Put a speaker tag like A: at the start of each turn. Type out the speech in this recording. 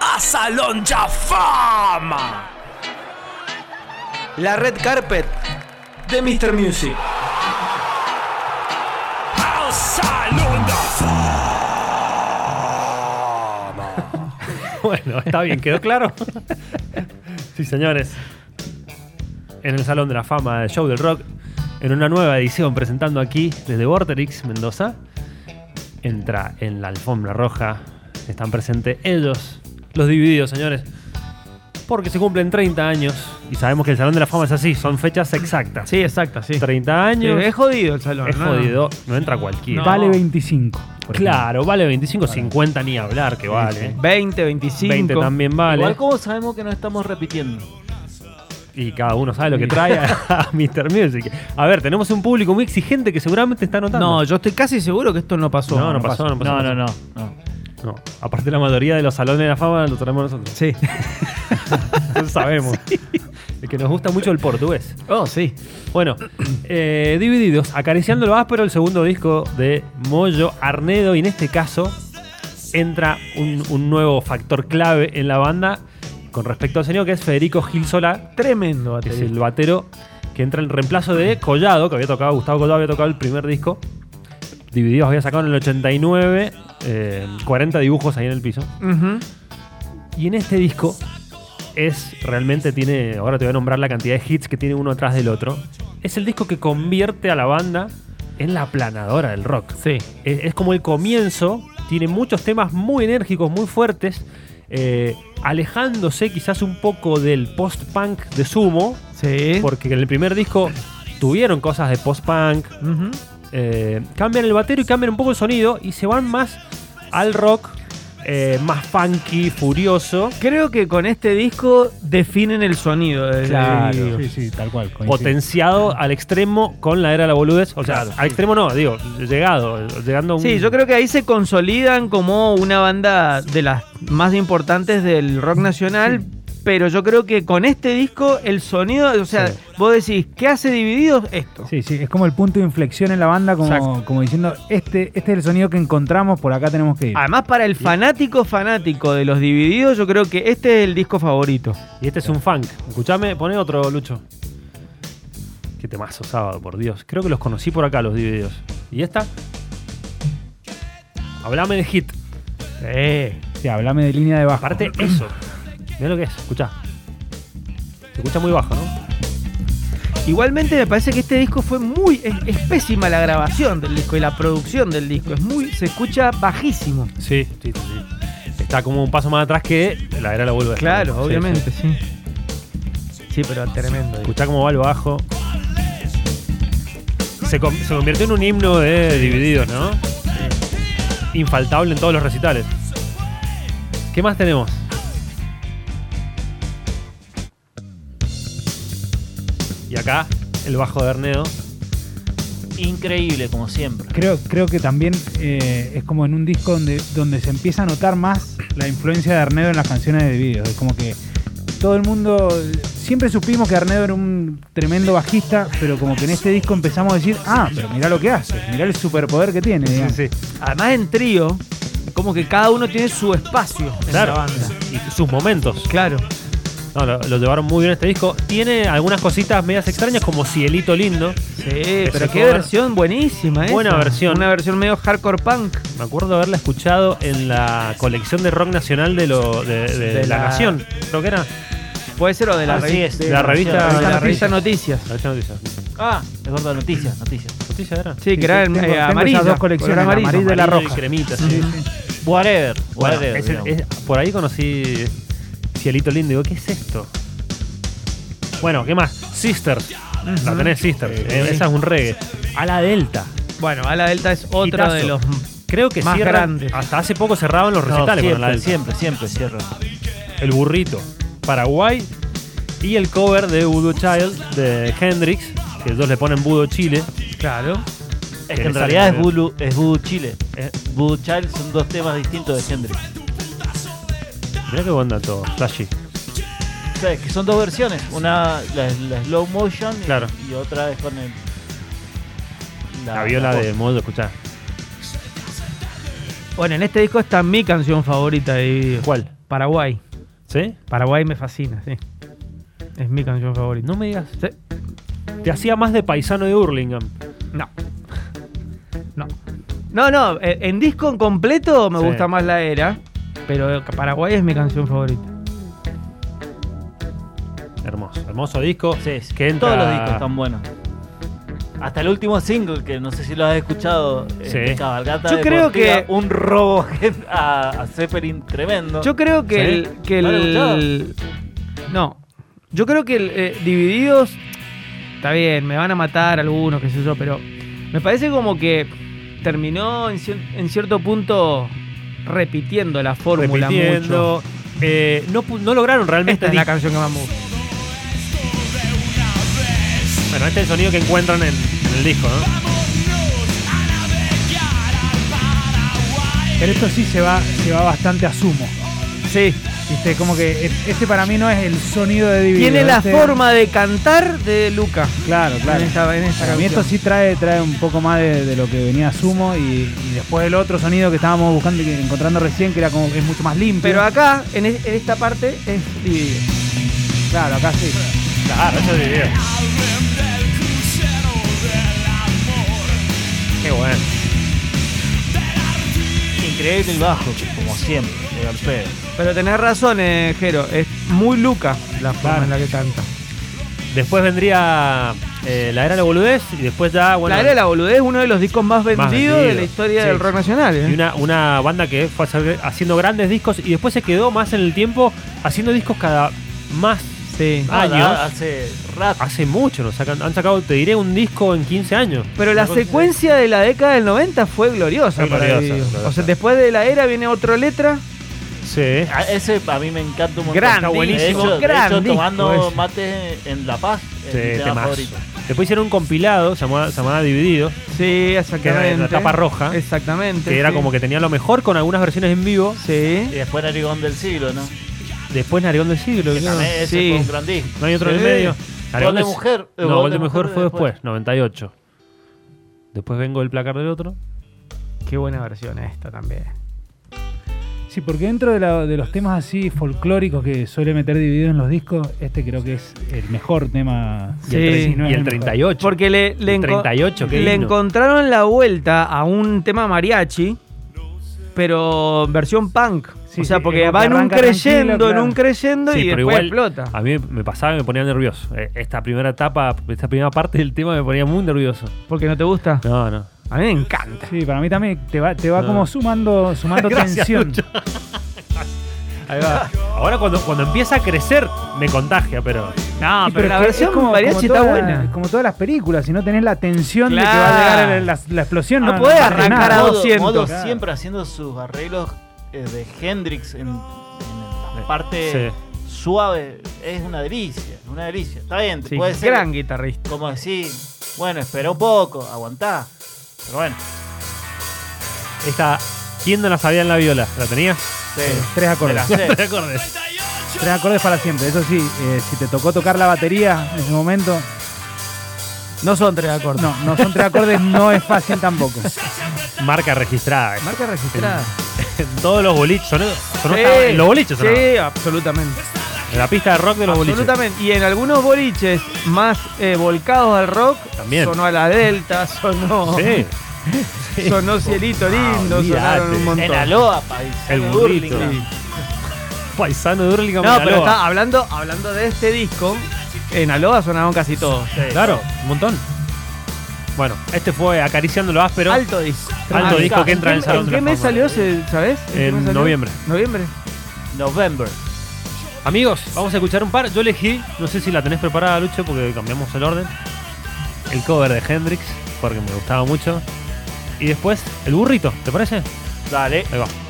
A: a Salón Fama. La red carpet de Mr. Music. A Salón Fama.
B: Bueno, está bien, quedó claro. sí, señores. En el Salón de la Fama del Show del Rock, en una nueva edición, presentando aquí desde Vorterix, Mendoza, entra en la alfombra roja. Están presentes ellos, los divididos, señores. Porque se cumplen 30 años y sabemos que el Salón de la Fama es así, son fechas exactas.
C: Sí, exacto, sí.
B: 30
C: Sí,
B: años,
C: Es jodido el salón.
B: es
C: ¿no?
B: jodido, no entra cualquiera.
C: No.
D: Vale 25. por
B: Claro, vale 25, 50 ni hablar que vale.
C: 20, 25.
B: 20 también vale.
E: Igual, ¿cómo sabemos que no estamos repitiendo?
B: Y cada uno sabe lo que trae a, a Mr. Music. A ver, tenemos un público muy exigente que seguramente está anotando.
C: No, yo estoy casi seguro que esto no pasó.
B: No, no pasó, no pasó.
E: No, no, no. no.
B: No, Aparte, la mayoría de los salones de la fama lo traemos nosotros.
C: Sí.
B: Eso sabemos. Es que nos gusta mucho el portugués.
C: Oh, sí.
B: Bueno, eh, divididos. Acariciando lo áspero, el segundo disco de Moyo Arnedo. Y en este caso, entra un, un nuevo factor clave en la banda con respecto al señor, que es Federico Gil Solá,
C: Tremendo
B: que es
C: baterista.
B: el batero que entra en reemplazo de Collado, que había tocado, Gustavo Collado había tocado el primer disco. Divididos había sacado en el 89, eh, 40 dibujos ahí en el piso.
C: Ujú.
B: Y en este disco es realmente tiene, ahora te voy a nombrar la cantidad de hits que tiene uno atrás del otro. Es el disco que convierte a la banda en la planadora del rock.
C: Sí.
B: Es, es como el comienzo, tiene muchos temas muy enérgicos, muy fuertes, eh, alejándose quizás un poco del post-punk de Sumo,
C: Sí.
B: porque en el primer disco tuvieron cosas de post-punk,
C: Ujú.
B: eh, cambian el batero y cambian un poco el sonido y se van más al rock, eh, más funky, furioso,
C: Creo que con este disco definen el sonido. del-
D: Claro.
C: del-
D: Sí, sí, tal cual. coincido.
B: Eh, potenciado al extremo con la era de la boludez. O sea, al extremo no, digo, llegado, llegando a un...
C: Sí, yo creo que ahí se consolidan como una banda de las más importantes del rock nacional. Pero yo creo que con este disco el sonido, o sea,
B: Sí.
C: vos decís, ¿qué hace divididos? Esto.
D: Sí, sí, es como el punto de inflexión en la banda, como,
C: Exacto.
D: como diciendo, este, este es el sonido que encontramos, por acá tenemos que ir.
C: Además, para el fanático fanático de los divididos, yo creo que este es el disco favorito.
B: Y este es un funk. Escuchame, poné otro, Lucho. Qué temazo sábado, por Dios. Creo que los conocí por acá, los divididos. ¿Y esta? Hablame de hit.
C: Sí.
D: Sí, hablame de línea de bajo.
B: Aparte, eso. Mira lo que es, escuchá. Se escucha muy bajo, ¿no?
C: Igualmente me parece que este disco fue muy. Es, es pésima la grabación del disco y la producción del disco. Es muy. se escucha bajísimo.
B: Sí, sí, sí. Está como un paso más atrás que la era la vuelve.
C: Claro, obviamente, sí. Sí, pero tremendo. disco.
B: Escuchá cómo va el bajo. Se, com- se convirtió en un himno de divididos, ¿no? Infaltable en todos los recitales. ¿Qué más tenemos? Y acá, el bajo de Arnedo.
E: Increíble, como siempre.
D: Creo, creo que también eh, es como en un disco donde, donde se empieza a notar más la influencia de Arnedo en las canciones de Divididos. Es como que todo el mundo. Siempre supimos que Arnedo era un tremendo bajista, pero como que en este disco empezamos a decir, ah, pero mirá lo que hace, mirá el superpoder que tiene. digamos.
B: Sí, sí.
C: Además, en trío, como que cada uno tiene su espacio en
B: Claro.
C: la banda.
B: Y sus momentos.
C: Claro.
B: No, lo, lo llevaron muy bien este disco. Tiene algunas cositas medias extrañas como Cielito Lindo.
C: Sí,
B: se
C: pero qué
B: cover-
C: versión buenísima, ¿eh?
B: Buena versión.
C: Una versión medio hardcore punk.
B: Me acuerdo haberla escuchado en la colección de rock nacional de, lo, de, de
C: De
B: la,
C: la-
B: Nación. Creo que era.
C: Puede ser o de la
E: Así
C: revi-
E: es,
B: de la revista-
C: de la
B: de la
C: revista Noticias.
B: La Nación Noticias.
C: Ah,
E: Es verdad, noticias, noticias.
B: ¿Noticias era?
C: sí,
D: Sí,
C: que era
D: sí,
C: en-
D: tengo-
C: eh,
D: tengo esas
C: amarilla.
D: dos
C: color
D: colecciones, la amarilla y la
B: Amarillo y
D: roja.
B: cremita, sí.
D: Sí, sí.
E: Whatever,
B: Bueno,
E: whatever.
B: ese-
E: digamos.
B: es- por ahí conocí Cielito Lindo. Digo, ¿qué es esto? Bueno, ¿qué más? Sisters. La tenés Sisters. Eh, esa es un reggae. A la Delta.
C: Bueno, Ala Delta es otra
B: Hitazo.
C: de los.
B: Creo que
C: Más
B: cierran-
C: grande.
B: Hasta hace poco cerraban los
E: No,
B: recitales con la
E: siempre,
B: Delta.
E: siempre, siempre cierro.
B: El burrito. Paraguay. Y el cover de Voodoo Child de Hendrix. Que ellos le ponen Voodoo Chile.
C: Claro.
E: Es
B: Que
E: que en
B: le
E: realidad
B: sale
E: es
B: muy
E: Voodoo, es Voodoo Chile. Eh, Voodoo Child son dos temas distintos de Hendrix.
B: Mirá qué buen dato, Flashy.
E: O sea, es que son dos versiones. Una, la, la slow motion y-
B: Claro.
E: y, otra es con el.
B: La viola
E: la
B: de modo, escuchá.
C: Bueno, en este disco está mi canción favorita de Divididos.
B: ¿Cuál?
C: Paraguay.
B: ¿Sí?
C: Paraguay me fascina, sí. Es mi canción favorita.
B: No me digas.
C: Sí.
B: Te hacía más de paisano de Hurlingham.
C: No. No. No, no, eh, en disco en completo me
B: Sí.
C: gusta más la era, pero Paraguay es mi canción favorita.
B: Hermoso, hermoso disco.
E: Sí, sí.
B: Que entra-
E: Todos los discos están buenos. Hasta el último single, que no sé si lo has escuchado, este,
B: Sí.
E: Cabalgata
C: Yo creo
E: Deportiva,
C: que-
E: un robo a, a Zeppelin tremendo.
C: Yo creo que
B: ¿Sí?
C: el. Que
E: ¿No lo
C: el no. Yo creo que el, eh, Divididos. Está bien, me van a matar algunos, qué sé yo, pero. Me parece como que terminó en, cier- en cierto punto repitiendo la fórmula mucho.
B: repitiendo. Eh, no, pu- no lograron realmente.
C: Esta es la
B: ni-
C: canción que más me gusta.
B: bueno, este es el sonido que encuentran en, en el disco, ¿no?
D: Pero esto sí se va, se va bastante a sumo.
C: Sí.
D: ¿Viste? Como que es- este para mí no es el sonido de Dividido.
C: Tiene la
D: este-
C: forma de cantar de Luca.
D: Claro, claro.
C: En esta, en esta
D: Para mí esto
C: canción.
D: sí trae, trae un poco más de, de lo que venía Sumo y, y después el otro sonido que estábamos buscando y que encontrando recién, que era como es mucho más limpio.
C: Pero acá, en, es- en esta parte, es Divididos.
D: claro, acá sí.
B: Claro, eso es video. Qué bueno.
E: Increíble el bajo, como siempre, de al pedo.
C: Pero tenés razón, eh, Jero. Es muy Luca la forma en la que canta.
B: Después vendría eh, La Era de la Boludez y después ya, bueno.
C: la Era de la Boludez es uno de los discos más vendidos de la
B: vendido.
C: historia
B: Sí,
C: del
B: sí.
C: rock nacional. ¿eh?
B: Y una, una banda que fue hacer- haciendo grandes discos y después se quedó más en el tiempo haciendo discos cada más
C: Sí.
B: Ah, Años.
E: Nada, Hace rato.
B: hace mucho. ¿no? Sacan- han sacado, te diré, un disco en 15 años.
E: Pues,
C: Pero la secuencia de la década del 90 fue gloriosa
B: Fue
C: para
B: gloriosa,
C: Divididos.
B: gloriosa.
C: O sea, después de la era viene otra letra.
B: Sí.
E: A- Ese a mí me encanta un montón.
C: Gran
E: Está
C: disco,
E: buenísimo. De hecho,
C: gran disco
E: tomando
C: ese.
E: mates en La Paz, es
B: Sí,
E: mi tema
B: temazo.
E: favorito.
B: Después hicieron un compilado llamado, llamada Dividido,
C: Sí, exactamente.
B: Que era la tapa roja.
C: Exactamente.
B: que era
C: sí.
B: como que tenía lo mejor con algunas versiones en vivo.
E: Y
C: Sí.
E: después Narigón del Siglo, ¿no?
B: Después Narigón del Siglo,
E: Que
B: creo.
E: también ese
C: Sí.
E: fue un gran disco.
B: No hay otro en
C: Sí.
B: el medio. Narigón
E: Gol de
B: del-
E: mujer. eh,
B: No,
E: gol
B: Gol de mujer fue
E: después.
B: después, 98. Después vengo del placar del otro.
C: Qué buena versión esta también.
D: Sí, porque dentro de, la- de los temas así folclóricos que suele meter Dividido en los discos, este creo que es el mejor tema.
B: Y el,
C: Sí.
B: 39 y el
D: mejor.
B: 38.
C: Porque le, le
B: El
C: enco-
B: 38, qué
C: le
B: digno.
C: encontraron la vuelta a un tema mariachi, pero versión punk.
D: Sí,
C: o sea,
D: sí,
C: porque
D: es
C: va en un
D: arranca tranquilo,
C: creyendo, en
D: claro.
C: un creyendo
B: Sí,
C: y
B: pero
C: después
B: igual
C: explota.
B: A mí me pasaba y me ponía nervioso. Eh, Esta primera etapa, esta primera parte del tema me ponía muy nervioso.
C: Porque no te gusta.
B: No, no.
C: A mí me encanta.
D: Sí, para mí también te va, te va
C: Ah.
B: No.
D: como sumando, sumando
B: Gracias,
D: tensión.
B: Lucho. Ahí va. Ahora cuando, cuando empieza a crecer me contagia, pero
C: No,
D: Sí,
C: pero, la
D: es que es
C: versión mariachi está
D: toda-
C: buena.
D: Como todas las películas, si no tenés la tensión de que va a
C: Claro.
D: llegar la, la- la explosión,
C: No
D: no,
C: podés
D: pasa
C: arrancar
D: nada.
C: a
E: Modo-
C: 200.
E: Modo
D: Claro.
E: siempre haciendo sus arreglos eh, de Hendrix en, en la parte suave. Es una delicia, una delicia. Está bien,
C: Sí,
E: puede ser.
C: gran guitarrista.
E: Como decir, bueno, espera un poco, aguantá. Pero bueno,
B: esta ¿quién no la sabía en la viola? ¿La tenías?
E: sí,
D: Tres
E: me
D: acordes.
E: la sé.
B: ¿Te acordás?
D: Tres acordes para siempre. Eso sí, eh, si te tocó tocar la batería en ese momento,
C: No son tres acordes.
D: no, no son tres acordes, no es fácil tampoco.
B: Marca registrada.
C: Marca registrada.
B: En todos los boliches. Sonó, sonó
C: Sí,
B: hasta en los boliches sonaba.
C: Sí, absolutamente.
B: En la pista de rock de los boliches.
C: Absolutamente. Y en algunos boliches más eh, volcados al rock,
B: También.
C: sonó a la Delta, sonó.
B: Sí. Ah,
C: Sonó Cielito Lindo,
B: olvídate.
C: sonaron un montón.
E: En Aloha, país.
B: El
E: en
B: burrito.
E: Burlingame.
B: Paisano de Hurlingham.
C: Oh, No, pero
B: Sinaloa.
C: está, hablando, hablando de este disco, en Aloha sonaron casi todos.
B: Claro, un montón. Bueno, este fue Acariciando lo áspero.
C: Alto disco. Ah,
B: Alto disco que entra en
C: en
B: el Salón
C: ¿En
B: de
C: qué
B: la
C: mes
B: Fama.
C: salió, ese, sabes? qué
B: En
C: mes salió?
B: noviembre.
C: ¿Noviembre?
E: November.
B: Amigos, vamos a escuchar un par. Yo elegí, no sé si la tenés preparada, Lucho, porque cambiamos el orden. El cover de Hendrix, porque me gustaba mucho. Y después, el burrito, ¿te parece?
E: Dale.
B: Ahí va.